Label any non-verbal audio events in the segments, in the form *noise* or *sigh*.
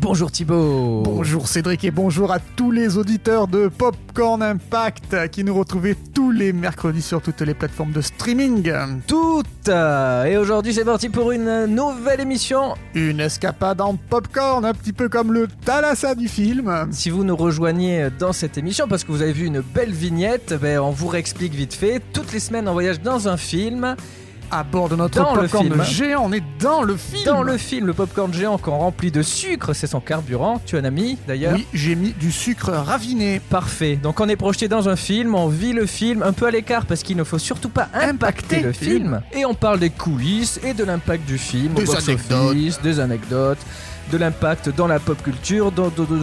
Bonjour Thibaut. Bonjour Cédric et bonjour à tous les auditeurs de Popcorn Impact qui nous retrouvent tous les mercredis sur toutes les plateformes de streaming. Toutes. Et aujourd'hui, c'est parti pour une nouvelle émission. Une escapade en popcorn, un petit peu comme le Thalassa du film. Si vous nous rejoignez dans cette émission parce que vous avez vu une belle vignette, ben, on vous réexplique vite fait. Toutes les semaines, on voyage dans un film. À bord de notre Dans le popcorn film. géant, on est dans le film. Dans le film, le popcorn géant qu'on remplit de sucre, c'est son carburant. Tu en as mis d'ailleurs Oui, j'ai mis du sucre raviné. Parfait. Donc on est projeté dans un film, on vit le film un peu à l'écart parce qu'il ne faut surtout pas Ah, impacter Impacter le film. Et on parle des coulisses et de l'impact du film, au Des box-office, anecdotes. des anecdotes, de l'impact dans la pop culture, dans- dans- dans-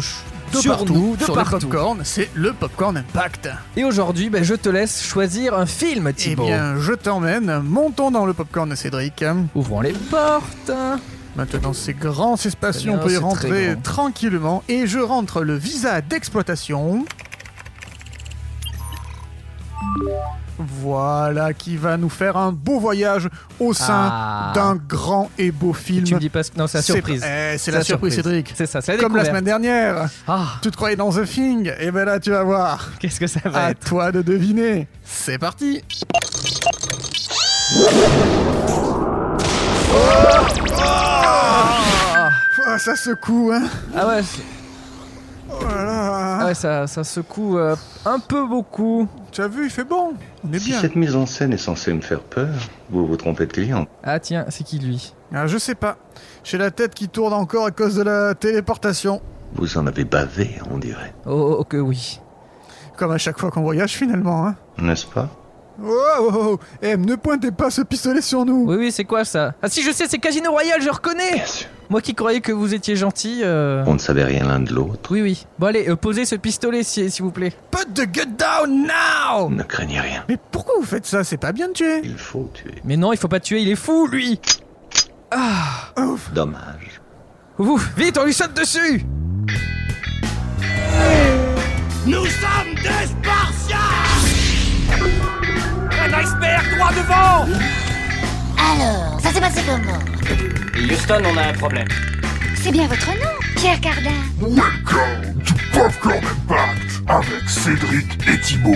De sur partout, nous, de sur le partout. popcorn, c'est le popcorn impact. Et aujourd'hui, ben, je te laisse choisir un film, Eh Thibaut. bien, je t'emmène, montons dans le popcorn, Cédric. Ouvrons les portes. Maintenant, c'est grand, c'est spacieux, on Maintenant, peut Eh y c'est très rentrer grand. tranquillement. Et je rentre le visa d'exploitation. Voilà qui va nous faire un beau voyage au sein Ah. d'un grand et beau film. Tu me dis pas ce que... Non, c'est la surprise. eh, c'est la, surprise, Cédric. C'est ça, c'est la Comme la découverte. semaine dernière, Ah, tu te croyais dans The Thing, et ben là tu vas voir. qu'est-ce que ça va À être toi de deviner. C'est parti. Oh, Ah, Oh, ça secoue, hein. ah ouais, c'est- Oh là là. ah ouais, ça, ça secoue euh, un peu beaucoup. Tu as vu, il fait bon. On est Si bien. cette mise en scène est censée me faire peur, vous vous trompez de client. Ah tiens, c'est qui lui Ah, je sais pas. J'ai la tête qui tourne encore à cause de la téléportation. Vous en avez bavé, on dirait. Oh, oh, que oui. Comme à chaque fois qu'on voyage finalement. Hein. N'est-ce pas Oh, oh, oh, oh. Eh, ne pointez pas ce pistolet sur nous. Oui, oui, c'est quoi ça Ah si, je sais, c'est Casino Royale, je reconnais sûr. Moi qui croyais que vous étiez gentil, euh... On ne savait rien l'un de l'autre. Oui, oui. Bon, allez, euh, posez ce pistolet, si- s'il vous plaît. Put the gun down now. Ne craignez rien. Mais pourquoi vous faites ça C'est pas bien de tuer. Il faut tuer. Mais non, il faut pas tuer, il est fou, lui Dommage. Ouh, vite, on lui saute dessus Nous sommes des Spartiates Un iceberg droit devant Alors, ça s'est passé comment Houston, on a un problème. C'est bien votre nom, Pierre Cardin. Welcome to Popcorn Impact avec Cédric et Thibaut.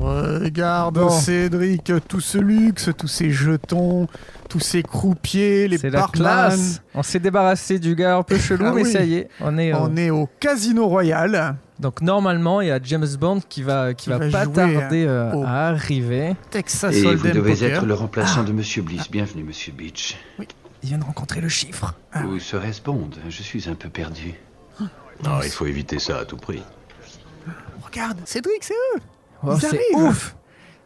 Regarde, Bon. Euh, Cédric, tout ce luxe, tous ces jetons, tous ces croupiers, les C'est la Parkman. classe On s'est débarrassé du gars un peu chelou, Ah mais oui. ça y est, on est... euh, On est au Casino Royal. Donc normalement, il y a James Bond qui va, qui Qui va, va pas jouer, hein, tarder euh, au- à arriver. Texas Et vous Hold'em devez Poker. être le remplaçant Ah. de Monsieur Bliss. Bienvenue, Monsieur Beach. Il vient de rencontrer le chiffre. Ah. Ou serait-ce Bond Je suis un peu perdu. Ah, Non, il faut éviter ça à tout prix. Regarde, Cédric, c'est eux. Oh, Ils c'est arrivent. ouf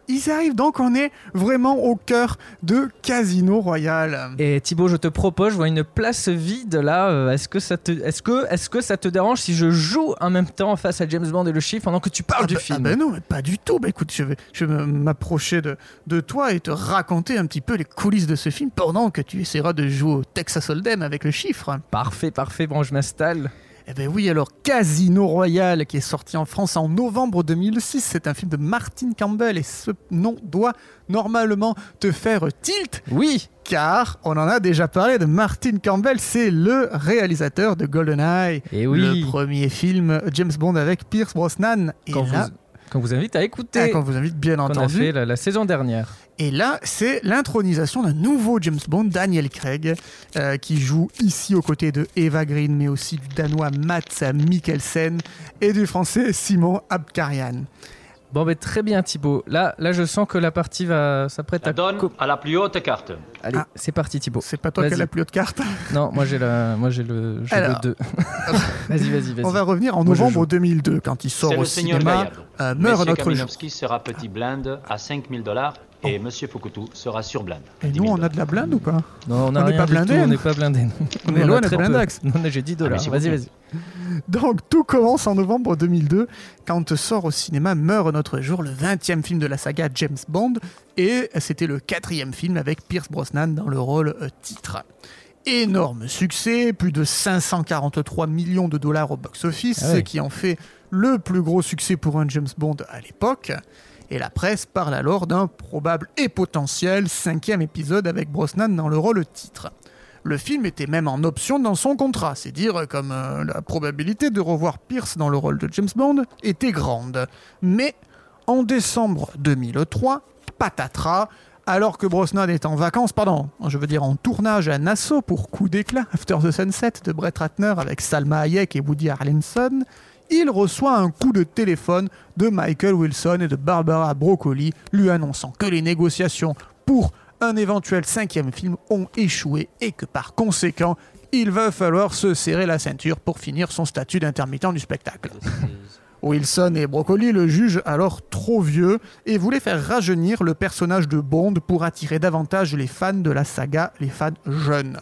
Ils arrivent, donc on est vraiment au cœur de Casino Royal. Et Thibaut, je te propose, je vois une place vide là. euh, Est-ce que ça te, est-ce que, est-ce que ça te dérange si je joue en même temps face à James Bond et le chiffre pendant que tu parles Ah du bah- film ah bah non, mais pas du tout. Bah écoute, je vais, je vais m'approcher de, de toi et te raconter un petit peu les coulisses de ce film pendant que tu essaieras de jouer au Texas Hold'em avec le chiffre. Parfait, parfait. Bon, je m'installe. Eh ben oui, alors Casino Royal, qui est sorti en France en novembre 2006, c'est un film de Martin Campbell et ce nom doit normalement te faire tilt Oui. car on en a déjà parlé de Martin Campbell, c'est le réalisateur de GoldenEye, Et oui. le premier film James Bond avec Pierce Brosnan. Et Quand là, vous, qu'on vous invite à ah, écouter. qu'on vous invite bien qu'on a entendu. fait la, la saison dernière. Et là, c'est l'intronisation d'un nouveau James Bond, Daniel Craig, euh, qui joue ici aux côtés de Eva Green, mais aussi du Danois Mats Mikkelsen et du Français Simon Abkarian. Bon, ben très bien, Thibaut. Là, là, je sens que la partie va s'apprête La à. donne co- à Ah, la plus haute carte. Allez, Ah. c'est parti, Thibaut. C'est pas toi qui as Vas-y. la plus haute carte. Non, moi j'ai la, moi j'ai le, j'ai Alors. le 2 *laughs* vas-y, vas-y, vas-y. On va revenir en Moi, je novembre joue. 2002, quand il C'est sort le au seigneur cinéma. Bayard. euh, meurt Monsieur notre jour. Kaminowski sera petit blind à 5000 dollars et Monsieur Fukutu sera sur blind. Et nous, on a de la blinde ou pas Non, on on n'est n'est pas blindé, On hein. n'est pas blindé. On est en a loin d'être très peu. blindax. Ah, Non, mais j'ai 10 dollars. merci vas-y, beaucoup. vas-y. Donc tout commence en novembre 2002 quand sort au cinéma Meurt notre jour, le 20e film de la saga James Bond, et c'était le quatrième film avec Pierce Brosnan dans le rôle euh, titre. Énorme succès, plus de 543 millions de dollars au box-office, Ah ouais. ce qui en fait le plus gros succès pour un James Bond à l'époque. Et la presse parle alors d'un probable et potentiel cinquième épisode avec Brosnan dans le rôle titre. Le film était même en option dans son contrat, c'est dire comme euh, la probabilité de revoir Pierce dans le rôle de James Bond était grande. Mais en décembre 2003, patatras, alors que Brosnan est en vacances, pardon, je veux dire en tournage à Nassau pour Coup d'éclat, After the Sunset de Brett Ratner avec Salma Hayek et Woody Harrelson, il reçoit un coup de téléphone de Michael Wilson et de Barbara Broccoli lui annonçant que les négociations pour un éventuel cinquième film ont échoué et que par conséquent, il va falloir se serrer la ceinture pour finir son statut d'intermittent du spectacle. *laughs* Wilson et Broccoli le jugent alors trop vieux et voulaient faire rajeunir le personnage de Bond pour attirer davantage les fans de la saga, les fans jeunes.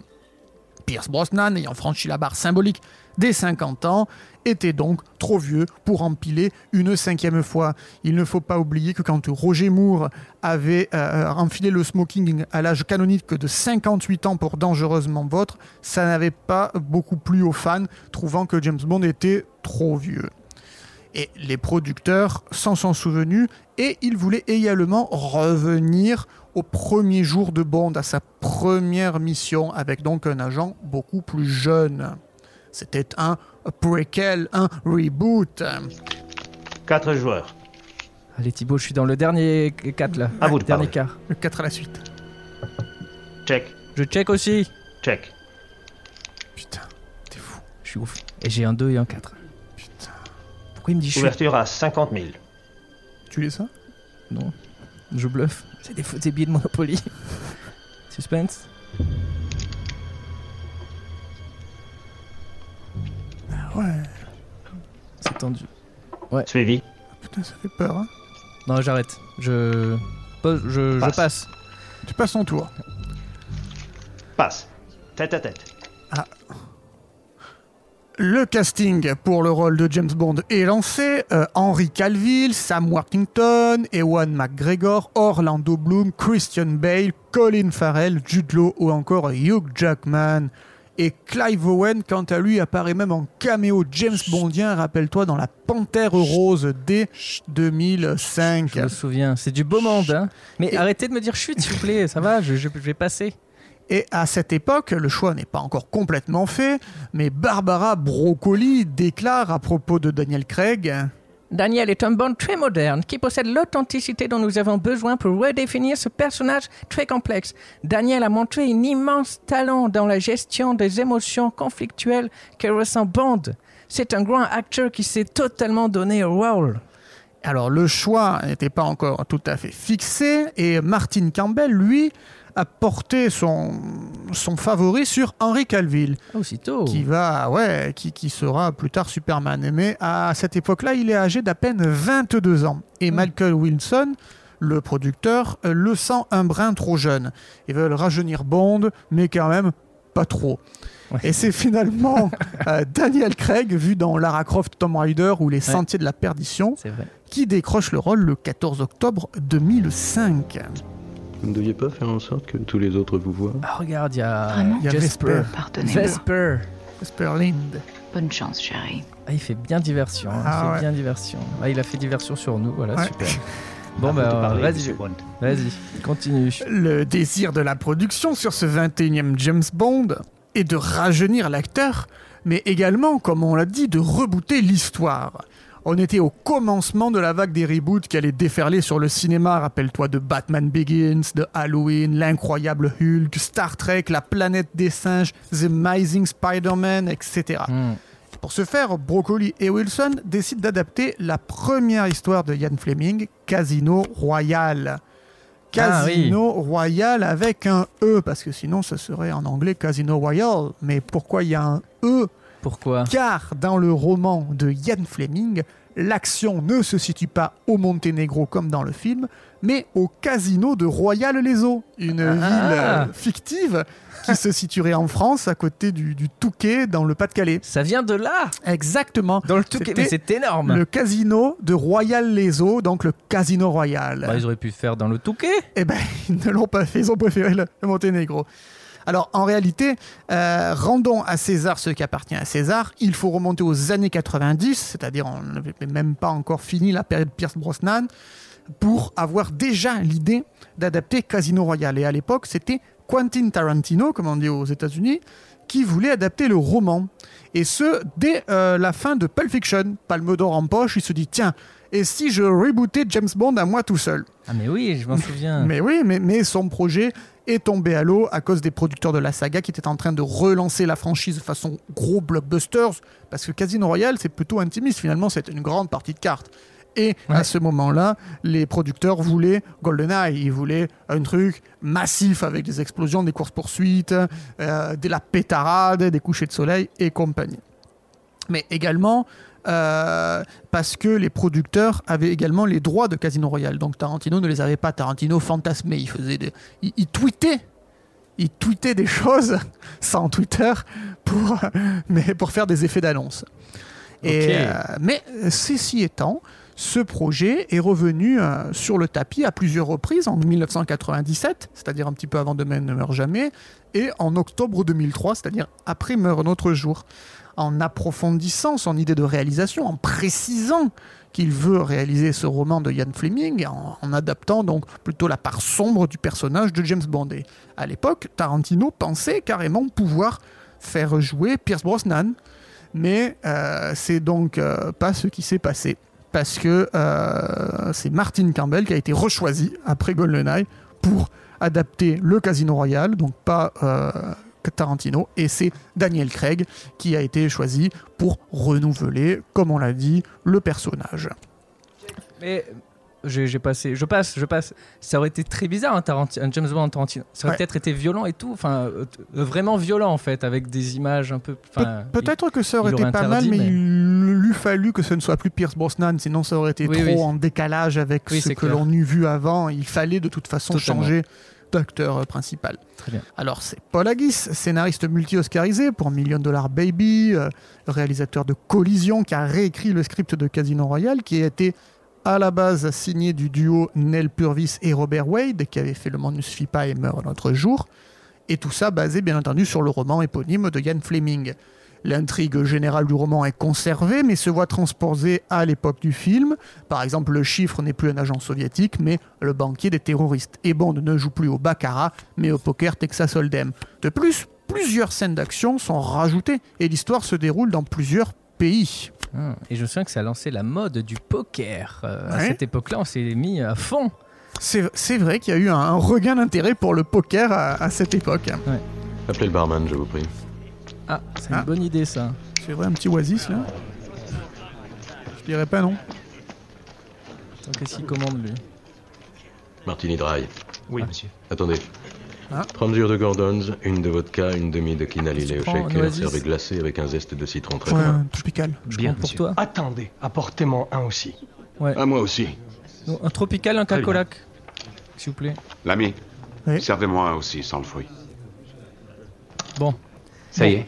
Pierce Brosnan, ayant franchi la barre symbolique des 50 ans, était donc trop vieux pour empiler une cinquième fois. Il ne faut pas oublier que quand Roger Moore avait euh, enfilé le smoking à l'âge canonique de 58 ans pour Dangereusement Votre, ça n'avait pas beaucoup plu aux fans, trouvant que James Bond était trop vieux. Et les producteurs s'en sont souvenus et ils voulaient également revenir au premier jour de Bond, à sa première mission, avec donc un agent beaucoup plus jeune. C'était un prequel, un reboot. Quatre joueurs. Allez Thibaut, je suis dans le dernier 4 là. À vous de dernier parler. quart. Le 4 à la suite. Check, Je check aussi. check. Putain, t'es fou, Je suis ouf. Et j'ai un 2 et un 4. putain. Pourquoi il me dit je suis Ouverture à 50 000. Tu l'es ça Non, je bluffe. C'est des faux billets de Monopoly. *laughs* Suspense. Ouais, C'est tendu. Suivi. putain, ça fait peur. Hein. Non, j'arrête. Je... pose- Je... je Passe. passe. Tu passes ton tour. Passe. Tête à tête. Le casting pour le rôle de James Bond est lancé. Euh, Henry Calville, Sam Worthington, Ewan McGregor, Orlando Bloom, Christian Bale, Colin Farrell, Jude Law ou encore Hugh Jackman. Et Clive Owen, quant à lui, apparaît même en caméo James Bondien, rappelle-toi, dans La Panthère Rose dès 2005. Je me souviens. C'est du beau monde. Hein. Mais arrêtez de me dire chute, s'il vous plaît. Ça va, je, je- je vais passer. Et à cette époque, le choix n'est pas encore complètement fait, mais Barbara Broccoli déclare à propos de Daniel Craig Daniel est un Bond très moderne qui possède l'authenticité dont nous avons besoin pour redéfinir ce personnage très complexe. Daniel a montré un immense talent dans la gestion des émotions conflictuelles que ressent Bond. C'est un grand acteur qui s'est totalement donné au rôle. Alors le choix n'était pas encore tout à fait fixé et Martin Campbell, lui, a porté son, son favori sur Henry Calville, Aussitôt. qui va, ouais, qui, qui sera plus tard Superman. Mais à cette époque-là, il est âgé d'à peine 22 ans. Et Michael Wilson, le producteur, euh, le sent un brin trop jeune. Ils veulent rajeunir Bond, mais quand même pas trop. Ouais. Et c'est finalement euh, Daniel Craig, vu dans Lara Croft, Tomb Raider ou Les Sentiers de la Perdition, C'est vrai. qui décroche le rôle le 14 octobre 2005. Vous ne deviez pas faire en sorte que tous les autres vous voient Ah, regarde, il y a, Vraiment Il y a Jasper. Vesper, Pardonnez-moi. Vesper. Vesper Lind. Bonne chance, chérie. Ah, il fait bien diversion. hein. Ah il fait ouais. bien diversion. Ah, il a fait diversion sur nous. Voilà, Ouais. super. Bon, À vous de bah, parler, vas-y, monsieur Bond. vas-y, continue. Le désir de la production sur ce 21e James Bond est de rajeunir l'acteur, mais également, comme on l'a dit, de rebooter l'histoire. On était au commencement de la vague des reboots qui allait déferler sur le cinéma. Rappelle-toi de Batman Begins, de Halloween, l'incroyable Hulk, Star Trek, la planète des singes, The Amazing Spider-Man, etc. Hmm. Pour ce faire, Broccoli et Wilson décident d'adapter la première histoire de Ian Fleming, Casino Ah, Royale. oui. Casino Royale avec un E, parce que sinon ce serait en anglais Casino Royale. Mais pourquoi il y a un E Pourquoi Car dans le roman de Ian Fleming, l'action ne se situe pas au Monténégro comme dans le film, mais au casino de Royal-les-Eaux, une ville euh, fictive qui se situerait en France à côté du, du Touquet dans le Pas-de-Calais. Ça vient de là Exactement. Dans le tout C'était mais c'est énorme Le casino de Royal Les Eaux, donc le Casino Royal. Bah, Ils auraient pu le faire dans le Touquet Eh ben, *laughs* ils ne l'ont pas fait, ils ont préféré le, le Monténégro. Alors, en réalité, euh, rendons à César ce qui appartient à César. Il faut remonter aux années 90, c'est-à-dire on n'avait même pas encore fini la période Pierce Brosnan, pour avoir déjà l'idée d'adapter Casino Royale. Et à l'époque, c'était Quentin Tarantino, comme on dit aux États-Unis, qui voulait adapter le roman. Et ce, dès euh, la fin de Pulp Fiction, Palme d'Or en poche, il se dit tiens, et si je rebootais James Bond à moi tout seul Ah, mais oui, je m'en souviens. mais oui, mais, mais son projet est tombé à l'eau à cause des producteurs de la saga qui étaient en train de relancer la franchise façon gros blockbusters, parce que Casino Royale, c'est plutôt intimiste finalement, c'est une grande partie de cartes. Et à Ouais. ce moment-là, les producteurs voulaient GoldenEye, ils voulaient un truc massif avec des explosions, des courses-poursuites, euh, de la pétarade, des couchers de soleil et compagnie mais également euh, parce que les producteurs avaient également les droits de Casino Royale. Donc Tarantino ne les avait pas. Tarantino fantasmait, il faisait, des- il, il tweetait, il tweetait des choses *laughs* sans Twitter pour, *laughs* mais pour faire des effets d'annonce. Et, Ok. euh, mais ceci étant, ce projet est revenu euh, sur le tapis à plusieurs reprises en 1997, c'est-à-dire un petit peu avant Demain ne meurt jamais, et en octobre 2003, c'est-à-dire après Meurt notre jour. En approfondissant son idée de réalisation, en précisant qu'il veut réaliser ce roman de Ian Fleming, en, en adaptant donc plutôt la part sombre du personnage de James Bond. Et à l'époque, Tarantino pensait carrément pouvoir faire jouer Pierce Brosnan, mais euh, c'est donc euh, pas ce qui s'est passé. Parce que euh, c'est Martin Campbell qui a été rechoisi après GoldenEye pour adapter le Casino Royale, donc pas euh, Tarantino, et c'est Daniel Craig qui a été choisi pour renouveler, comme on l'a dit, le personnage. Mais j'ai j'ai passé, je passe, je passe. Ça aurait été très bizarre un, Tarantino- un James Bond Tarantino. Ça aurait Ouais. peut-être été violent et tout, enfin euh, t- euh, vraiment violent en fait, avec des images un peu. Pe- enfin, Peut-être que ça aurait il été aurait pas interdit, mal, mais, mais- il lui fallu que ce ne soit plus Pierce Brosnan, sinon ça aurait été Oui, trop oui. en décalage avec Oui, ce c'est que clair. l'on eût vu avant. Il fallait de toute façon Totalement. changer d'acteur euh, principal. Très bien. Alors c'est Paul Haggis, scénariste multi-oscarisé pour Million Dollar Baby, euh, réalisateur de Collision, qui a réécrit le script de Casino Royale, qui a été à la base signé du duo Nell Purvis et Robert Wade, qui avait fait Le Monde ne suffit pas et meurt notre jour. Et tout ça basé bien entendu sur le roman éponyme de Ian Fleming. L'intrigue générale du roman est conservée, mais se voit transposée à l'époque du film. Par exemple, le chiffre n'est plus un agent soviétique, mais le banquier des terroristes. Et Bond ne joue plus au baccarat, mais au poker Texas Hold'em. De plus, plusieurs scènes d'action sont rajoutées, et l'histoire se déroule dans plusieurs pays. Ah, Et je me souviens que ça a lancé la mode du poker. Euh, À Ouais. cette époque-là, on s'est mis à fond. C'est c'est vrai qu'il y a eu un, un regain d'intérêt pour le poker à, à cette époque. Appelez le barman, je vous prie. Ah, c'est Ah. une bonne idée ça. C'est vrai, un petit oasis là Je dirais pas non. Attends, Qu'est-ce qu'il commande lui Martini Dry. Oui, monsieur. Attendez. Hein 30 jours de Gordons, une de vodka, une demi de quinalilé au Prends un shaker, oasis. servi glacé avec un zeste de citron très Ouais, fin. tropical. Bien pour toi. Ah. Attendez, apportez-moi un aussi. Ouais. À Ah, moi aussi. Donc, un tropical, un cacolac, s'il vous plaît. L'ami, Oui. servez-moi un aussi, sans le fruit. Bon. Ça y est.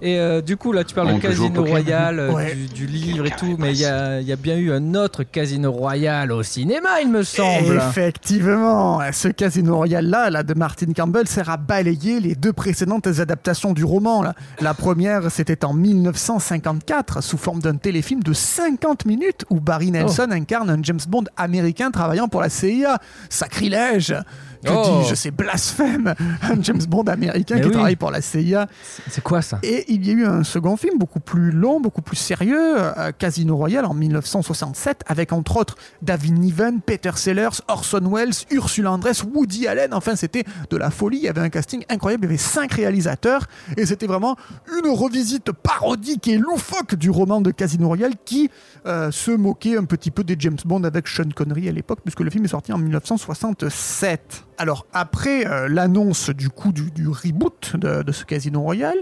Et euh, du coup, là, tu parles On de peut jouer au Casino poker. Royal, euh, Ouais. du, du livre et tout, mais il y a, il y a bien eu un autre Casino Royal au cinéma, il me semble. Effectivement, ce Casino Royale là, là de Martin Campbell sert à balayer les deux précédentes adaptations du roman. là. La première, c'était en 1954 sous forme d'un téléfilm de 50 minutes où Barry Nelson Oh. incarne un James Bond américain travaillant pour la CIA. Sacrilège que Oh. dis-je, c'est blasphème Un James Bond américain Mais qui oui. travaille pour la CIA. C'est quoi ça Et il y a eu un second film beaucoup plus long, beaucoup plus sérieux, euh, Casino Royale en 1967, avec entre autres David Niven, Peter Sellers, Orson Welles, Ursula Andress, Woody Allen. Enfin, c'était de la folie. Il y avait un casting incroyable. Il y avait cinq réalisateurs. Et c'était vraiment une revisite parodique et loufoque du roman de Casino Royale qui euh, se moquait un petit peu des James Bond avec Sean Connery à l'époque, puisque le film est sorti en 1967. Alors, après euh, l'annonce du coup du, du reboot de, de ce Casino Royale,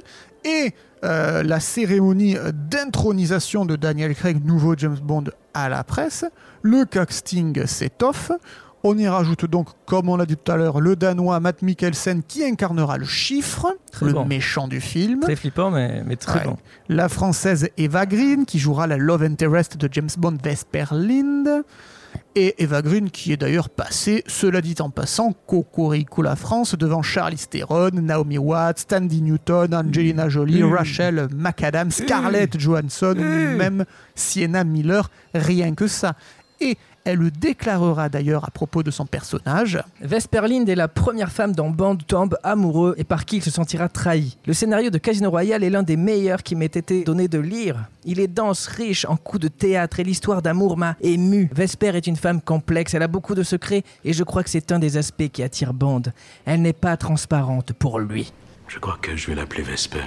et euh, la cérémonie d'intronisation de Daniel Craig, nouveau James Bond, à la presse. Le casting s'étoffe. On y rajoute donc, comme on l'a dit tout à l'heure, le Danois Matt Mikkelsen qui incarnera le chiffre, Très le bon. méchant du film. Très flippant, mais, mais très Ouais. bon. La française Eva Green qui jouera la Love Interest de James Bond Vesper Lind. Et Eva Green qui est d'ailleurs passée, cela dit en passant, Cocorico la France devant Charlize Theron, Naomi Watts, Stanley Newton, Angelina Jolie, Rachel McAdams, Scarlett Johansson, ou même Sienna Miller, rien que ça. Et Elle le déclarera d'ailleurs à propos de son personnage. Vesperlinde est la première femme dont Bond tombe amoureux et par qui il se sentira trahi. Le scénario de Casino Royale est l'un des meilleurs qui m'ait été donné de lire. Il est dense, riche en coups de théâtre et l'histoire d'amour m'a ému. Vesper est une femme complexe, elle a beaucoup de secrets et je crois que c'est un des aspects qui attire Bond. Elle n'est pas transparente pour lui. Je crois que je vais l'appeler Vesper.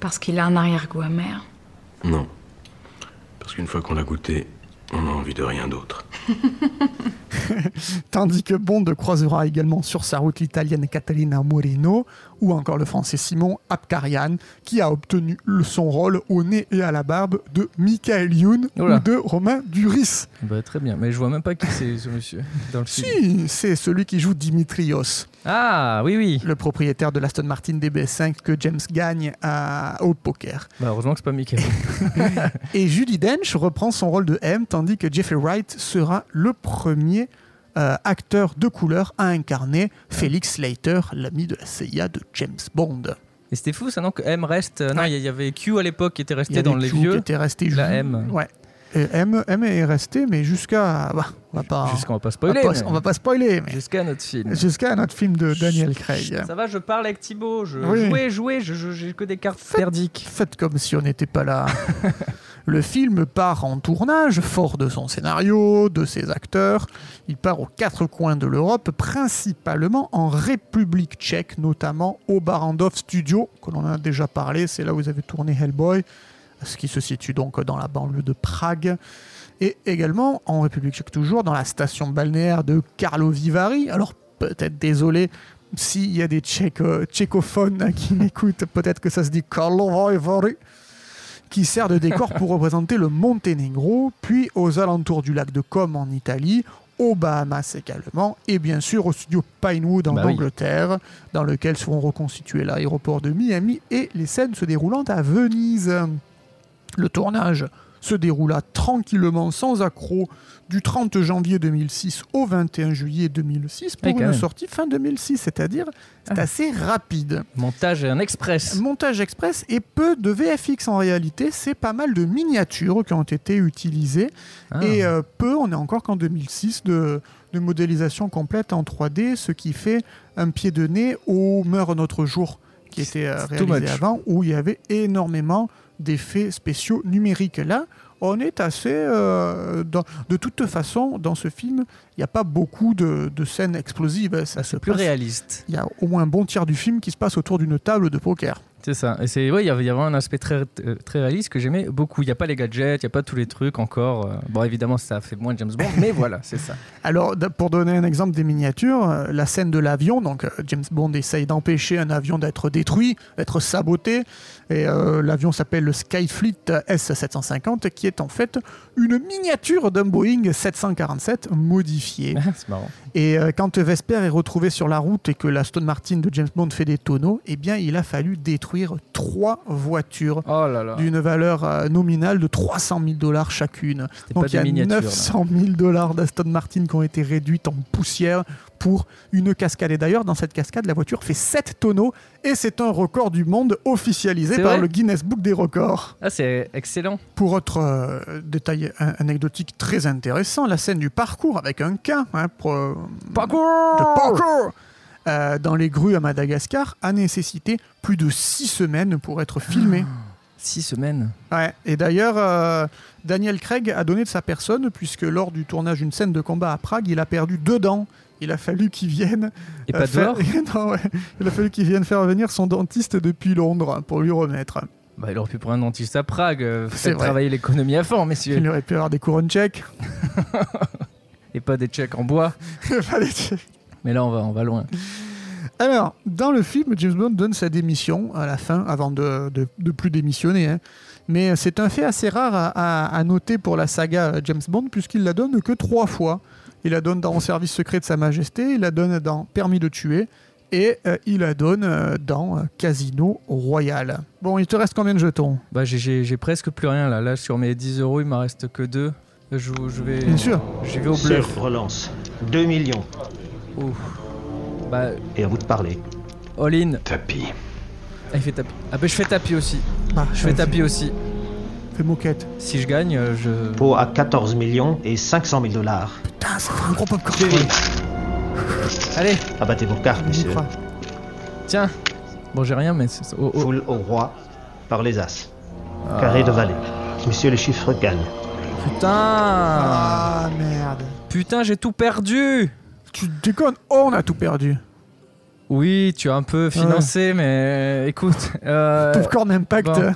Parce qu'il a un arrière-goût amer. Non. Parce qu'une fois qu'on l'a goûté, on n'a envie de rien d'autre. Tandis que Bond croisera également sur sa route l'italienne Catalina Moreno ou encore le français Simon Apkarian qui a obtenu le- son rôle au nez et à la barbe de Michael Youn Oula. ou de Romain Duris. Bah, très bien, mais je vois même pas qui c'est ce monsieur dans le film. Si, c'est celui qui joue Dimitrios, Ah oui, oui. le propriétaire de l'Aston Martin DB5 que James gagne à- au poker. Bah, heureusement que c'est pas *laughs* Mickey. Et Judy Dench reprend son rôle de M, tandis que Jeffrey Wright sera le premier euh, acteur de couleur à incarner Felix Slater, l'ami de la CIA de James Bond. Et c'était fou ça, non Que M reste. euh, non, il y- il y avait Q à l'époque qui était Il y resté a dans des les Q qui vieux. étaient restés la ju- M. Ouais. Et M, M est resté, mais jusqu'à. bah, on va pas. Jusqu'à Ah, on va pas on va spoiler. pas- mais- on va pas spoiler, mais Jusqu'à notre film. jusqu'à notre film de Daniel Craig. Ça va, je parle avec Thibaut. Je Oui. jouais, jouais, je- je- j'ai que des cartes Faites- perdiques. Faites comme si on n'était pas là. Le film part en tournage, fort de son scénario, de ses acteurs. Il part aux quatre coins de l'Europe, principalement en République tchèque, notamment au Barandov Studio, que l'on a déjà parlé. C'est là où ils avaient tourné Hellboy, ce qui se situe donc dans la banlieue de Prague. Et également en République tchèque, toujours dans la station balnéaire de Carlo Vivari. Alors, peut-être désolé s'il y a des tchèques, euh, tchécophones qui *laughs* m'écoutent, peut-être que ça se dit Karlovy Vary, qui sert de décor pour *laughs* représenter le Monténégro, puis aux alentours du lac de Com en Italie, aux Bahamas également, et bien sûr au studio Pinewood en Bah oui. Angleterre, dans lequel seront reconstitués l'aéroport de Miami et les scènes se déroulant à Venise. Le tournage se déroula tranquillement, sans accroc, du 30 janvier 2006 au 21 juillet 2006 pour Oui, quand une même. sortie fin 2006, c'est-à-dire c'est Ah. assez rapide. Montage et un express. Montage express et peu de VFX en réalité, c'est pas mal de miniatures qui ont été utilisées Ah. et euh, peu, on est encore qu'en 2006, de, de modélisation complète en 3D, ce qui fait un pied de nez au Meurt notre jour qui était euh, C'est too réalisé much. avant, où il y avait énormément d'effets spéciaux numériques. Là, on est assez... euh, dans- de toute façon, dans ce film, il n'y a pas beaucoup de, de scènes explosives. Ça se Ah, C'est plus passe- réaliste. Il y a au moins un bon tiers du film qui se passe autour d'une table de poker. C'est ça. Et c'est ouais, il y avait il y avait vraiment un aspect très euh, très réaliste que j'aimais beaucoup. Il y a pas les gadgets, il y a pas tous les trucs encore. euh, Bon, évidemment, ça fait moins James Bond, mais voilà, c'est ça. Alors, d- pour donner un exemple des miniatures, euh, la scène de l'avion, donc euh, James Bond essaye d'empêcher un avion d'être détruit, d'être saboté, et euh, l'avion s'appelle le Skyfleet S750, qui est en fait une miniature d'un Boeing 747 modifié. *laughs* c'est marrant. Et euh, quand Vesper est retrouvé sur la route et que la Stone Martin de James Bond fait des tonneaux, eh bien, il a fallu détruire trois voitures Oh là Ah. là. d'une valeur euh, nominale de 300 000 dollars chacune. C'était pas Donc il des y a miniatures. là. 900 000 dollars d'Aston Martin qui ont été réduites en poussière pour une cascade. Et d'ailleurs, dans cette cascade, la voiture fait 7 tonneaux et c'est un record du monde officialisé C'est par vrai le Guinness Book des records. Ah, c'est excellent. Pour autre euh, détail euh, anecdotique très intéressant, la scène du parcours avec un quin hein, pour, euh, de parcours euh, dans les grues à Madagascar a nécessité plus de 6 semaines pour être filmée. Six semaines. Ouais. Et d'ailleurs, euh, Daniel Craig a donné de sa personne, puisque lors du tournage d'une scène de combat à Prague, il a perdu deux dents. Il a fallu qu'il vienne. Et euh, pas faire- dehors *laughs* Non, ouais. Il a fallu qu'il vienne faire venir son dentiste depuis Londres pour lui remettre. Bah, il aurait pu prendre un dentiste à Prague, euh, C'est faire vrai. travailler l'économie à fond, messieurs. Il aurait pu avoir des couronnes tchèques. *laughs* Et pas des chèques en bois. Fallait tchèques. Mais là, on va, on va loin. Alors, dans le film, James Bond donne sa démission à la fin, avant de, de- de plus démissionner. hein. Mais c'est un fait assez rare à, à- à noter pour la saga euh, James Bond, puisqu'il la donne que trois fois. Il la donne dans Service secret de Sa Majesté, il la donne dans Permis de tuer, et euh, il la donne euh, dans euh, Casino Royal. Bon, il te reste combien de jetons Bah, j'ai- j'ai j'ai presque plus rien là. Là, sur mes 10 euros, il m'en reste que 2. Je, je vais. Bien sûr. Je vais au Sur bluff. relance. 2 millions. Ouf. Bah, Et à vous de parler. all in. Tapis. Ah, il fait tapis. Ah, bah, je fais tapis aussi. Bah, Je euh, fais tapis aussi. fais moquette. Si je gagne, je. Pour à 14 millions et 500 000 dollars. Putain, ça fait un gros popcorn. Allez. Abattez vos cartes, monsieur. Tiens. Bon, j'ai rien, mais c'est. Oh, oh. Foule au roi par les as. Ah. Carré de vallée. Monsieur, les chiffres gagnent. Putain Ah merde Putain, j'ai tout perdu Tu déconnes Oh, on a tout perdu Oui, tu as un peu Ah. financé, ouais. mais écoute. Euh... Popcorn Impact bon.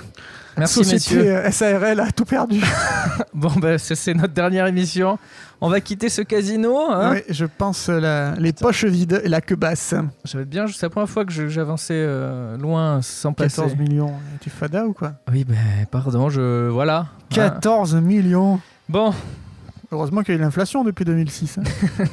Merci, Société messieurs. SARL euh, a tout perdu. bon, ben, c'est notre dernière émission. On va quitter ce casino. Hein oui, je pense euh, la, les Putain. poches vides et la Ah queue basse. J'avais bien, c'est la première fois que j'avançais euh, loin sans passer. 14 millions. Tu fada ou quoi Oui, ben, pardon, je. Voilà. Hein. 14 millions Bon. Heureusement qu'il y a eu l'inflation depuis 2006. Hein.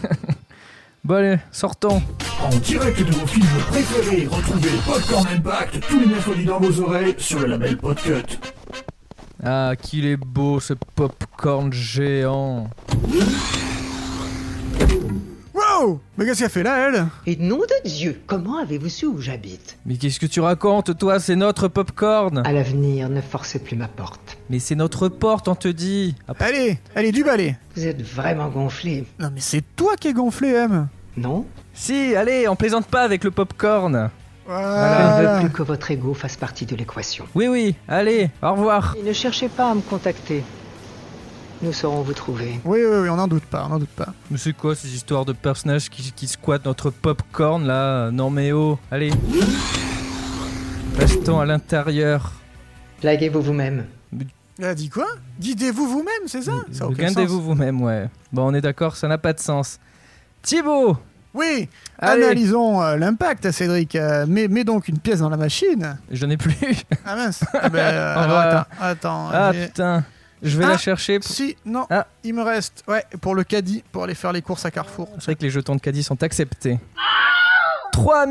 Bon allez, sortons En direct de vos films préférés, retrouvez Popcorn Impact tous les mercredis dans vos oreilles sur le label Podcut. Ah, qu'il est beau ce popcorn géant *laughs* Wow Mais qu'est-ce qu'elle fait là, elle Et nom de Dieu, comment avez-vous su où j'habite Mais qu'est-ce que tu racontes, toi C'est notre popcorn À l'avenir, ne forcez plus ma porte. Mais c'est notre porte, on te dit Après... Allez, allez, du balai Vous êtes vraiment gonflé. Non, mais c'est toi qui es gonflé, M Non Si, allez, on plaisante pas avec le popcorn Ah voilà. Je ne veux plus que votre ego fasse partie de l'équation. Oui, oui, allez, au revoir. Et ne cherchez pas à me contacter. Nous saurons vous trouver. Oui, oui, oui on n'en doute pas, on n'en doute pas. Mais c'est quoi ces histoires de personnages qui, qui squattent notre popcorn là Non mais oh, allez. Restons à l'intérieur. Plaguez-vous vous-même. Elle a dit quoi Guidez-vous vous-même, c'est ça, ça Regardez-vous vous-même, ouais. Bon, on est d'accord, ça n'a pas de sens. Thibaut oui, Allez. analysons euh, l'impact, Cédric. Euh, mets, mets, donc une pièce dans la *laughs* machine. Je n'ai plus. *laughs* Ah mince. Ah ben, euh, alors, attends, attends. Ah putain. Je vais ah, la chercher. Pour... Si, non, ah. il me reste ouais, pour le caddie, pour aller faire les courses à Carrefour. Ah, C'est vrai que les jetons de caddie sont acceptés. 3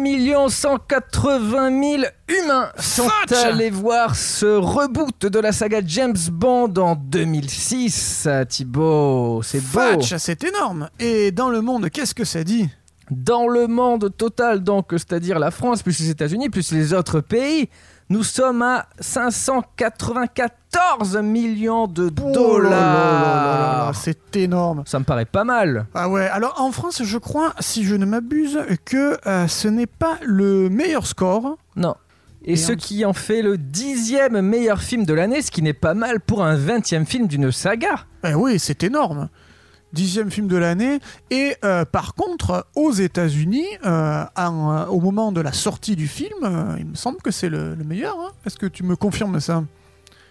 180 000 humains sont Fudge allés voir ce reboot de la saga James Bond en 2006, Thibaut. C'est beau. C'est énorme. Et dans le monde, qu'est-ce que ça dit Dans le monde total, donc, c'est-à-dire la France, plus les États-Unis, plus les autres pays, nous sommes à 594 millions de dollars. Oh c'est énorme. Ça me paraît pas mal. Ah ouais, alors en France, je crois, si je ne m'abuse, que euh, ce n'est pas le meilleur score. Non. Et, Et ce en... qui en fait le dixième meilleur film de l'année, ce qui n'est pas mal pour un vingtième film d'une saga. Eh oui, c'est énorme dixième film de l'année. Et euh, par contre, aux États-Unis, euh, euh, au moment de la sortie du film, euh, il me semble que c'est le, le, meilleur. Hein Est-ce que tu me confirmes ça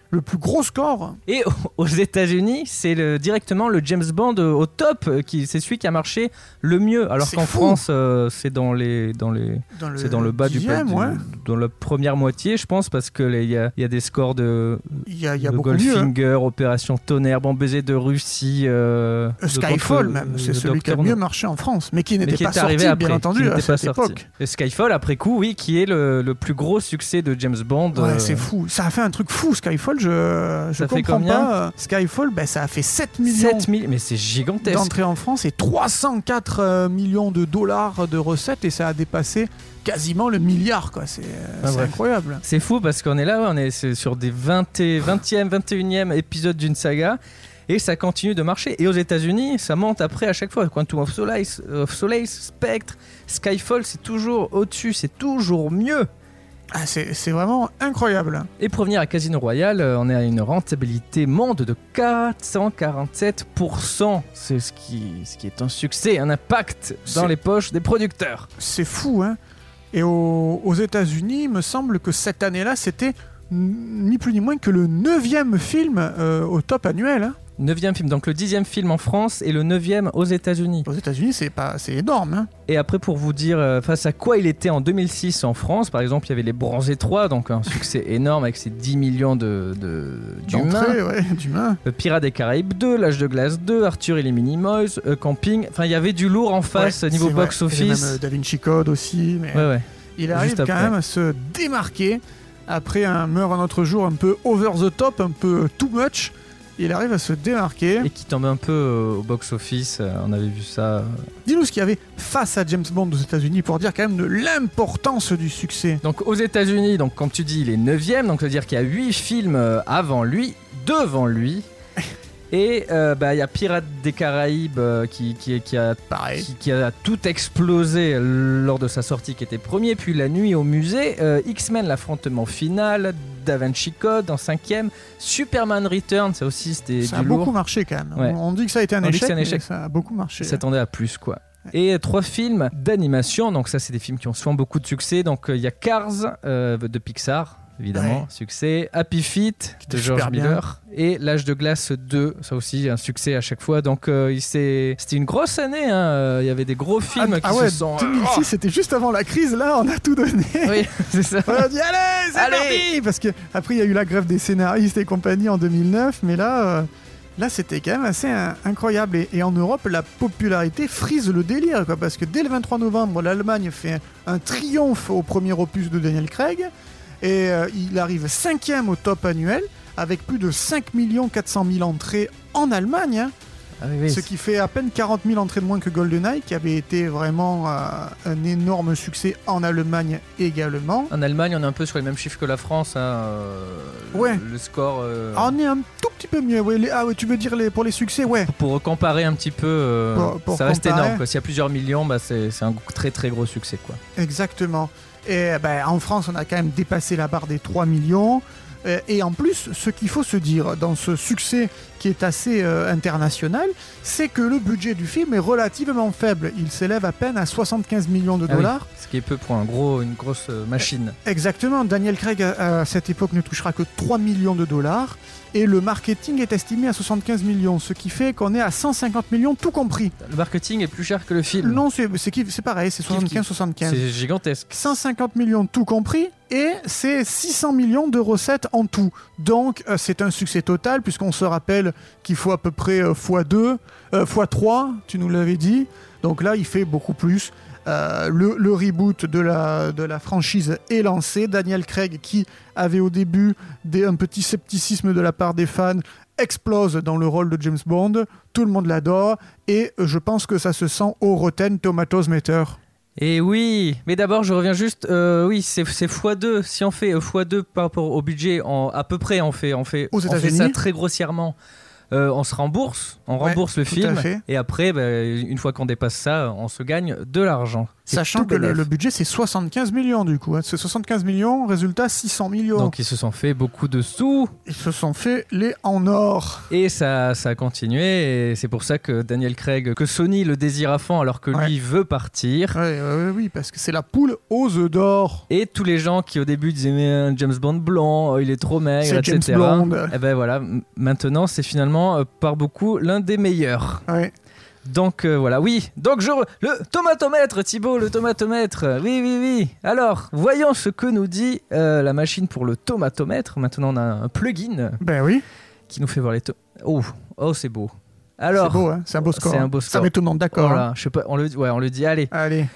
le plus gros score. Et aux États-Unis, c'est le, directement le James Bond au top, euh, qui c'est celui qui a marché le mieux. Alors qu'en France, euh, c'est dans les dans les dans le, dans le bas dixième, du, ouais. dans la première moitié, je pense, parce que il y, y, a des scores de, Bah, y a, y a hein. de Goldfinger, mieux. Opération Tonnerre, Bon baiser de Russie, euh, euh, Skyfall même, c'est celui qui a mieux marché en France, mais qui n'était pas sorti bien après, entendu à cette sorti. époque. Et Skyfall après coup, oui, qui est le, le plus gros succès de James Bond. euh, Ouais, c'est fou, ça a fait un truc fou Skyfall je, je ça comprends fait combien pas. Skyfall, bah, ça a fait 7 millions. 7 000, mais c'est gigantesque. D'entrée en France et 304 euh, millions de dollars de recettes et ça a dépassé quasiment le milliard quoi c'est ah, incroyable c'est fou parce qu'on est là on est, est sur des 20 et 20e 21e épisode d'une saga et ça continue de marcher et aux États-Unis ça monte après à chaque fois Quantum of Solace, of Solace Spectre Skyfall c'est toujours au-dessus c'est toujours mieux ah, c'est vraiment incroyable. Et pour venir à Casino Royale, euh, on est à une rentabilité monde de 447%. C'est ce qui, ce qui est un succès, un impact dans les poches des producteurs. C'est fou, hein Et aux, aux États-Unis, il me semble que cette année-là, c'était ni plus ni moins que le neuvième film euh, au top annuel. Hein. Neuvième film, donc le dixième film en France et le neuvième aux États-Unis. Aux États-Unis, c'est pas, c'est énorme. Hein et après, pour vous dire euh, face à quoi il était en 2006 en France, par exemple, il y avait Les Bronzés 3, donc un succès *laughs* énorme avec ses 10 millions de, d'humains. De, ouais, euh, Pirates des Caraïbes 2, L'âge de glace 2, Arthur et les Minimoys, euh, Camping. Enfin, il y avait du lourd en face ouais, niveau box-office. euh, Da Vinci Code aussi. Mais ouais, Il arrive Juste quand après. même à se démarquer après un meurt un autre jour un peu over the top, un peu euh, too much il arrive à se démarquer. Et qui tombe un peu euh, au box-office, on avait vu ça. Dis-nous ce qu'il y avait face à James Bond aux États-Unis pour dire quand même de l'importance du succès. Donc aux États-Unis, donc comme tu dis, il est 9 donc ça veut dire qu'il y a 8 films euh, avant lui, devant lui. Et il euh, bah, y a Pirates des Caraïbes euh, qui, qui, qui, a, qui, qui, a tout explosé lors de sa sortie qui était premier, puis La Nuit au musée, euh, X-Men l'affrontement final, Da Vinci Code en cinquième, Superman Return, ça aussi c'était Ça a lourd. beaucoup marché hein. quand même. Ouais. On dit que ça a été un, On échec, un échec. ça a beaucoup marché. Ça s'attendait à plus quoi. Et trois films d'animation, donc ça c'est des films qui ont souvent beaucoup de succès, donc euh, il y a Cars euh, de Pixar, évidemment, Ouais. succès. Happy Feet de était George super bien. Miller et L'âge de glace 2, ça aussi un succès à chaque fois. Donc euh, il s'est- c'était une grosse année. hein. Euh, Il y avait des gros films ah, qui ah ouais, se euh, oh. sont. 2006, c'était juste avant la crise, là, on a tout donné. Oui, *laughs* c'est ça. On a dit, allez, c'est parti Parce que après, il y a eu la grève des scénaristes et compagnie en 2009, mais là, euh, là c'était quand même assez euh, incroyable. Et, et en Europe, la popularité frise le délire, quoi, parce que dès le 23 novembre, l'Allemagne fait un, un triomphe au premier opus de Daniel Craig, et euh, il arrive cinquième au top annuel, avec plus de 5 400 000 entrées en Allemagne. hein. Ah, Ce qui fait à peine 40 000 entrées de moins que GoldenEye, qui avait été vraiment euh, un énorme succès en Allemagne également. En Allemagne, on est un peu sur les mêmes chiffres que la France. hein, euh, le- Ouais. Le score. euh, Ah, on est un tout petit peu mieux. ouais, les- ah, ouais, tu veux dire les, pour les succès Ouais. Pour comparer un petit peu, euh, Pour- pour ça reste comparer. énorme. quoi. S'il y a plusieurs millions, bah, c'est c'est un très très gros succès. Quoi. Exactement. Et euh, ben, en France, on a quand même dépassé la barre des 3 millions. Euh, Et en plus, ce qu'il faut se dire dans ce succès qui est assez euh, international, c'est que le budget du film est relativement faible. Il s'élève à peine à 75 millions de Ah oui, dollars. ce qui est peu pour un gros, une grosse euh, machine. Exactement, Daniel Craig à, à cette époque ne touchera que 3 millions de dollars et le marketing est estimé à 75 millions, ce qui fait qu'on est à 150 millions tout compris. Le marketing est plus cher que le film. Non, c'est c'est qui- c'est pareil, c'est 75-75. C'est gigantesque. 150 millions tout compris et c'est 600 millions de recettes en tout. Donc euh, c'est un succès total puisqu'on se rappelle qu'il faut à peu près euh, x2, euh, x3, tu nous l'avais dit. Donc là il fait beaucoup plus. Euh, le, le reboot de la, de la franchise est lancé. Daniel Craig qui avait au début des, un petit scepticisme de la part des fans explose dans le rôle de James Bond. Tout le monde l'adore et euh, je pense que ça se sent au Rotten Tomatoes Meter. Et oui, mais d'abord je reviens juste, euh, oui c'est c'est x2, si on fait euh, x2 par rapport au budget, en, à peu près on fait, on fait, Aux on fait États-Unis ça très grossièrement, Euh, on se rembourse, on Ouais, rembourse le tout film, à fait. et après bah, une fois qu'on dépasse ça, on se gagne de l'argent. C'est Sachant tout que le, bénef. le budget c'est 75 millions du coup. hein. C'est 75 millions, résultat 600 millions. Donc ils se sont fait beaucoup de sous. Ils se sont fait les en or. Et ça, ça a continué, et c'est pour ça que Daniel Craig, que Sony le désire à fond alors que lui veut partir. oui, parce que c'est la poule aux œufs d'or. Et tous les gens qui au début disaient mais euh, James Bond blanc, euh, il est trop maigre, C'est etc. James Bond. Et ben voilà, m- maintenant c'est finalement euh, par beaucoup l'un des meilleurs. Donc euh, voilà, oui. Donc je re- le tomatomètre, Thibaut, le tomatomètre. Oui, oui, oui. Alors voyons ce que nous dit euh, la machine pour le tomatomètre. Maintenant on a un plugin. Ben oui. Qui nous fait voir les to- Oh, oh c'est beau. Alors, C'est beau, hein, c'est un beau score, C'est un hein. beau Ça score. met tout le monde d'accord, Voilà, hein. je sais pas, on le, ouais, on le dit. Allez.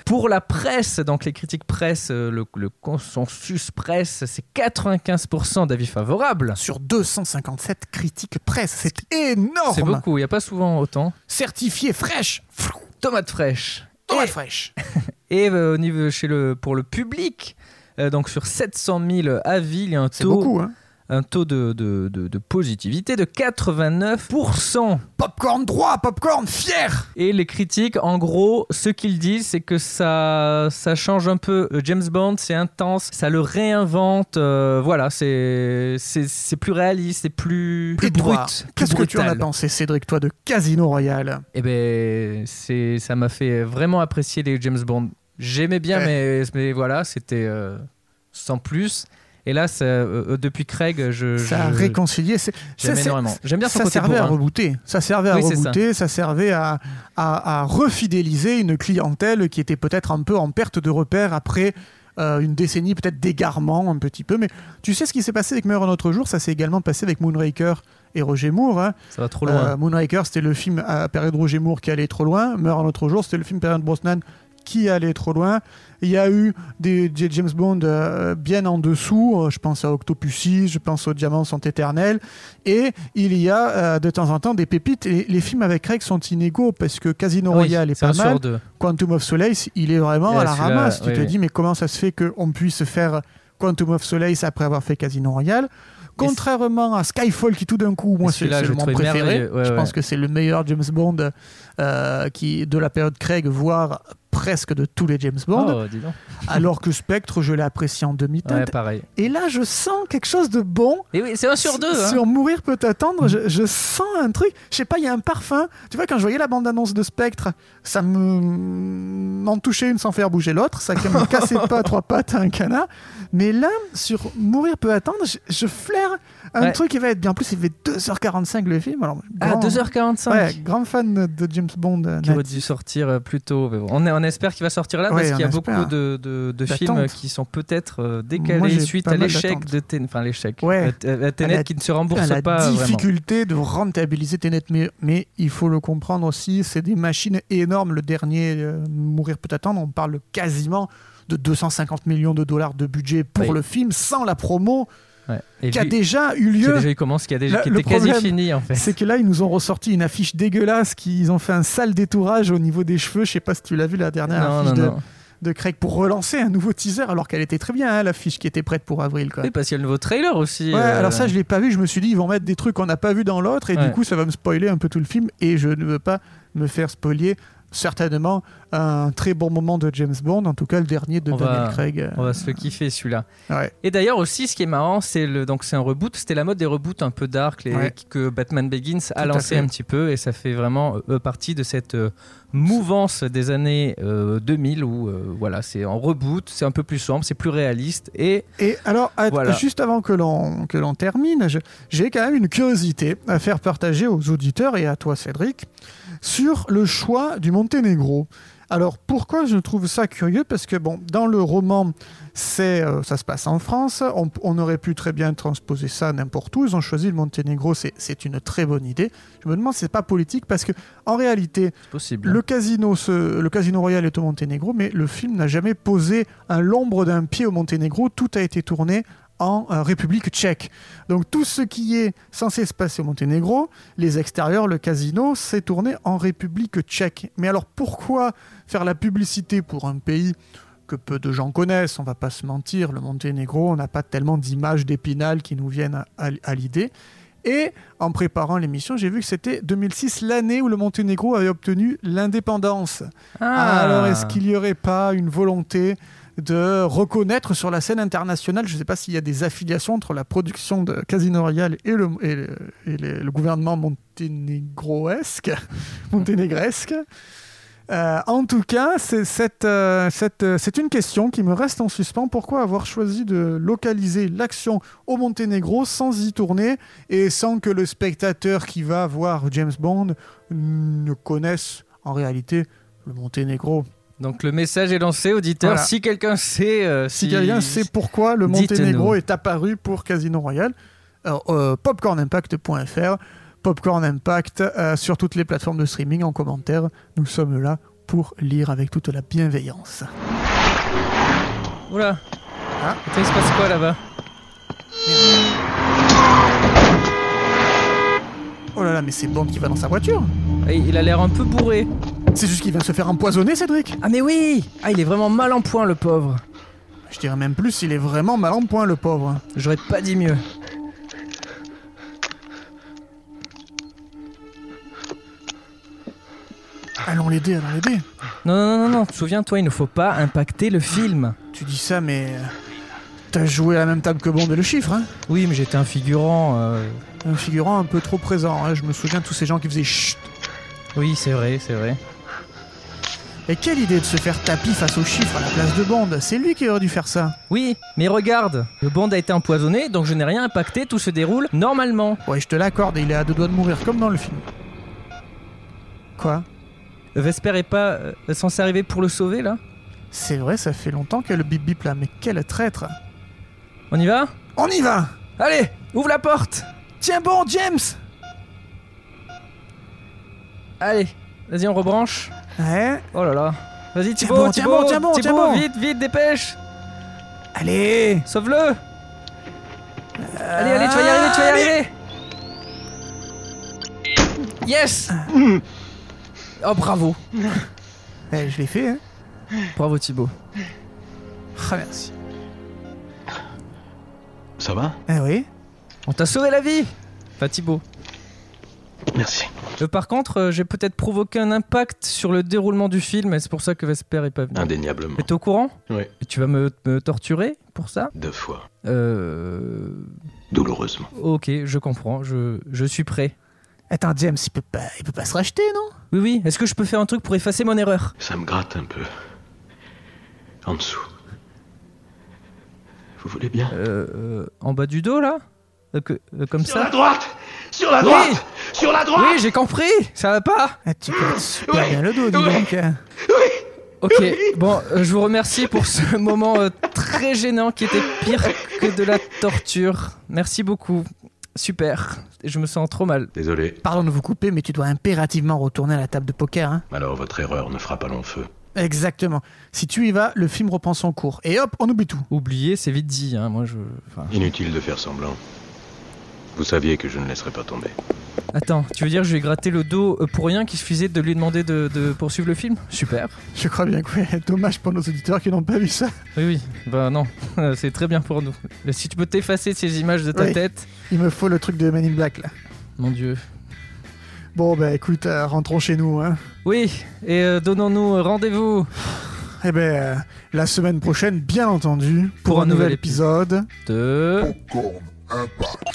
Pour la presse, donc les critiques presse, euh, le, le consensus presse, c'est 95% d'avis favorables. Sur 257 critiques presse, c'est énorme. C'est beaucoup, il n'y a pas souvent autant. Certifié fraîche. Tomate fraîche. Tomate fraîche. Et euh, au niveau chez le, pour le public, euh, donc sur 700 000 avis, il y a un taux, beaucoup, hein. un taux de, de- de- de positivité de 89%. Popcorn droit, popcorn fier Et les critiques, en gros, ce qu'ils disent, c'est que ça, ça change un peu euh, James Bond, c'est intense, ça le réinvente, euh, voilà, c'est c'est- c'est plus réaliste, c'est plus, plus Et toi, brut. Qu'est-ce que tu en as attends pensé, Cédric, toi, de Casino Royale Eh ben, c'est- ça m'a fait vraiment apprécier les James Bond. J'aimais bien, mais, mais voilà, c'était euh, sans plus. Et là, ça, euh, euh, depuis Craig, je. Ça a je- réconcilié. c'est- J'aime c'est- énormément. J'aime bien son ça côté servait à bourrin. rebooter. Ça servait à Oui, c'est ça. rebooter. Ça. servait à, à, à refidéliser une clientèle qui était peut-être un peu en perte de repère après euh, une décennie peut-être d'égarement un petit peu. Mais tu sais ce qui s'est passé avec Meilleur un autre jour Ça s'est également passé avec Moonraker et Roger Moore. hein. Ça va trop loin. Ah Euh, Moonraker, c'était le film à période Roger Moore qui allait trop loin. Meurt un autre jour, c'était le film période Brosnan qui allait trop loin. Il y a eu des, des James Bond euh, bien en dessous. Euh, Je pense à Octopussy, je pense aux Diamants sont éternels. Et il y a euh, de temps en temps des pépites. Et les films avec Craig sont inégaux parce que Casino Ah oui, Royale est c'est pas un sur mal. deux. Quantum of Solace, il est vraiment Et à la celui-là, ramasse. Tu oui, te oui. dis, mais comment ça se fait qu'on puisse faire Quantum of Solace après avoir fait Casino Royale Contrairement à Skyfall, qui tout d'un coup, moi, c'est celui-là, je le le mon trouvais préféré. merveilleux. Ouais, je ouais. pense que c'est le meilleur James Bond euh, qui, de la période Craig, voire presque de tous les James Bond. Oh, dis donc. alors que Spectre, je l'ai apprécié en demi-teinte. Ouais, pareil. Et là, je sens quelque chose de bon. Et oui, c'est un sur deux. hein. Sur Mourir peut attendre, je, je sens un truc. Je sais pas, il y a un parfum. Tu vois, quand je voyais la bande-annonce de Spectre, ça me m'en touchait une sans faire bouger l'autre. Ça *laughs* me cassait pas à trois pattes à un canard. Mais là, sur Mourir peut attendre, je, je flaire un Ouais. truc qui va être bien. En plus, il fait 2h45 le film. Alors, Ah, 2h45. Ouais, grand fan de James Bond. euh, qui aurait dû sortir euh, plus tôt. mais bon. on, on espère qu'il va sortir là Ouais, parce qu'il y a on espère. beaucoup de, de- de films D'attente. qui sont peut-être euh, Moi, décalés j'ai suite pas à mal l'échec d'attentes. de Tenet, enfin l'échec, Ouais. Euh, euh, Tenet À la- qui ne se rembourse à la pas vraiment. difficulté de rentabiliser Tenet, mais, mais il faut le comprendre aussi, c'est des machines énormes. Le dernier, euh, Mourir peut attendre, on parle quasiment de 250 millions de dollars de budget pour Oui. le film sans la promo Ouais. Et qui a lui- déjà eu lieu. Qui a déjà eu commence, qui, a déjà, Là, qui le était quasi problème, fini en fait. C'est que là, ils nous ont ressorti une affiche dégueulasse, qu'ils ont fait un sale détourage au niveau des cheveux. Je sais pas si tu l'as vu la dernière Non, affiche non, de, non. de Craig pour relancer un nouveau teaser, alors qu'elle était très bien, hein, l'affiche qui était prête pour avril. Quoi. Oui, parce qu'il y a le nouveau trailer aussi. Ouais, euh, alors ça, je l'ai pas vu. Je me suis dit, ils vont mettre des trucs qu'on n'a pas vu dans l'autre, et Ouais. du coup, ça va me spoiler un peu tout le film, et je ne veux pas me faire spoiler. Certainement, un très bon moment de James Bond, en tout cas le dernier de on Daniel va, Craig. euh, on va se le kiffer celui-là. Ouais. Et d'ailleurs aussi, ce qui est marrant, c'est le donc c'est un reboot. C'était la mode des reboots un peu dark les- Ouais. que Batman Begins a à lancé fait. un petit peu, et ça fait vraiment euh, partie de cette euh, mouvance des années euh, 2000 où euh, voilà, c'est en reboot, c'est un peu plus sombre, c'est plus réaliste et Et alors, att- Voilà. juste avant que l'on que l'on termine, je- j'ai quand même une curiosité à faire partager aux auditeurs et à toi, Cédric, sur le choix du Monténégro. Alors, pourquoi je trouve ça curieux Parce que bon, dans le roman, c'est euh, ça se passe en France. On, on aurait pu très bien transposer ça n'importe où. Ils ont choisi le Monténégro. C'est- C'est une très bonne idée. Je me demande si c'est pas politique parce que en réalité, possible. le casino, se- le casino royal est au Monténégro, mais le film n'a jamais posé un l'ombre d'un pied au Monténégro. Tout a été tourné en euh, République tchèque. Donc tout ce qui est censé se passer au Monténégro, les extérieurs, le casino, s'est tourné en République tchèque. Mais alors pourquoi faire la publicité pour un pays que peu de gens connaissent, on va pas se mentir, le Monténégro, on n'a pas tellement d'images d'épinal qui nous viennent à- à- à l'idée. Et en préparant l'émission, j'ai vu que c'était 2006, l'année où le Monténégro avait obtenu l'indépendance. Ah. Alors, est-ce qu'il n'y aurait pas une volonté de reconnaître sur la scène internationale, je ne sais pas s'il y a des affiliations entre la production de Casino Royale et le, et le- et le- le gouvernement monténégroesque, monténégresque. Euh, en tout cas, c'est cette, euh, cette, euh, c'est une question qui me reste en suspens. Pourquoi avoir choisi de localiser l'action au Monténégro sans y tourner et sans que le spectateur qui va voir James Bond ne connaisse en réalité le Monténégro Donc le message est lancé, auditeur. Voilà. Si quelqu'un sait, euh, Si quelqu'un sait pourquoi le Dites-nous. Monténégro est apparu pour Casino Royale, euh, euh, popcornimpact.fr, Popcorn Impact euh, sur toutes les plateformes de streaming en commentaire. Nous sommes là pour lire avec toute la bienveillance. Oula. Hein Attends, Il se passe quoi là-bas Oh là là, mais c'est Bond qui va dans sa voiture Et Ah, Il a l'air un peu bourré. C'est juste qu'il vient se faire empoisonner, Cédric Ah mais oui Ah il est vraiment mal en point le pauvre. Je dirais même plus, il est vraiment mal en point, le pauvre. J'aurais pas dit mieux. Allons l'aider, allons l'aider. Non non non non, non. Souviens-toi, il ne faut pas impacter le film. Tu dis ça, mais... euh, T'as joué à la même table que Bond et le chiffre, hein Oui mais j'étais un figurant. euh. Un figurant un peu trop présent, hein. je me souviens de tous ces gens qui faisaient chut. Oui c'est vrai c'est vrai. Et quelle idée de se faire tapis face au chiffre à la place de Bond C'est lui qui aurait dû faire ça. Oui mais regarde, le Bond a été empoisonné donc je n'ai rien impacté, tout se déroule normalement. Ouais, je te l'accorde, il est à deux doigts de mourir, comme dans le film. Quoi Vesper est pas euh, censé arriver pour le sauver là C'est vrai, ça fait longtemps qu'elle bip bip là, mais quel traître On y va On y va Allez, ouvre la porte Tiens bon, James Allez, vas-y on rebranche. Ouais, Oh là là. Vas-y Tiens Thibaut, bon, tiens Thibaut, bon, tiens bon, tiens Thibaut, bon. vite, vite, dépêche allez Sauve-le Allez, allez, tu vas y arriver, tu vas y arriver Yes Oh bravo Eh, Je l'ai fait, hein Bravo Thibaut. Ah, merci. Ça va Eh oui On t'a sauvé la vie Pas Thibaut. Merci. Euh, par contre, euh, j'ai peut-être provoqué un impact sur le déroulement du film, et c'est pour ça que Vesper est pas venu. Indéniablement. T'es au courant Ah. Oui. Et tu vas me, me torturer pour ça Deux fois. Euh... Douloureusement. Ok, je comprends, je, je suis prêt. Attends, James, il peut pas, il peut pas se racheter, non Oui, oui, est-ce que je peux faire un truc pour effacer mon erreur Ça me gratte un peu. En dessous. Vous voulez bien euh, euh, En bas du dos, là Euh, que, Comme Sur ça la droite Sur la droite Oui Sur la droite Oui, j'ai compris, ça va pas Ah, Tu peux super bien le dos, dis donc. Ok, bon, euh, je vous remercie *laughs* pour ce moment euh, très gênant qui était pire que de la torture. Merci beaucoup. Super. Je me sens trop mal. Désolé. Pardon de vous couper, mais tu dois impérativement retourner à la table de poker, hein Alors votre erreur ne fera pas long feu. Exactement. Si tu y vas, le film reprend son cours. Et hop, on oublie tout. Oublier, c'est vite dit. Hein. Moi, je. enfin, Inutile de faire semblant. Vous saviez que je ne laisserais pas tomber. Attends, tu veux dire que je lui ai gratté le dos euh, pour rien qu'il suffisait de lui demander de, de poursuivre le film Super. Je crois bien que ouais, dommage pour nos auditeurs qui n'ont pas vu ça. Oui, oui. Bah non, *laughs* c'est très bien pour nous. Si tu peux t'effacer de ces images de ta Oui. tête. Il me faut le truc de Man in Black, là. Mon dieu. Bon, bah écoute, euh, rentrons chez nous, hein. Oui, et euh, donnons-nous euh, rendez-vous Eh ben, euh, la semaine prochaine, bien entendu, pour, Pour un, un nouvel nouvel épisode. de. Popcorn Impact.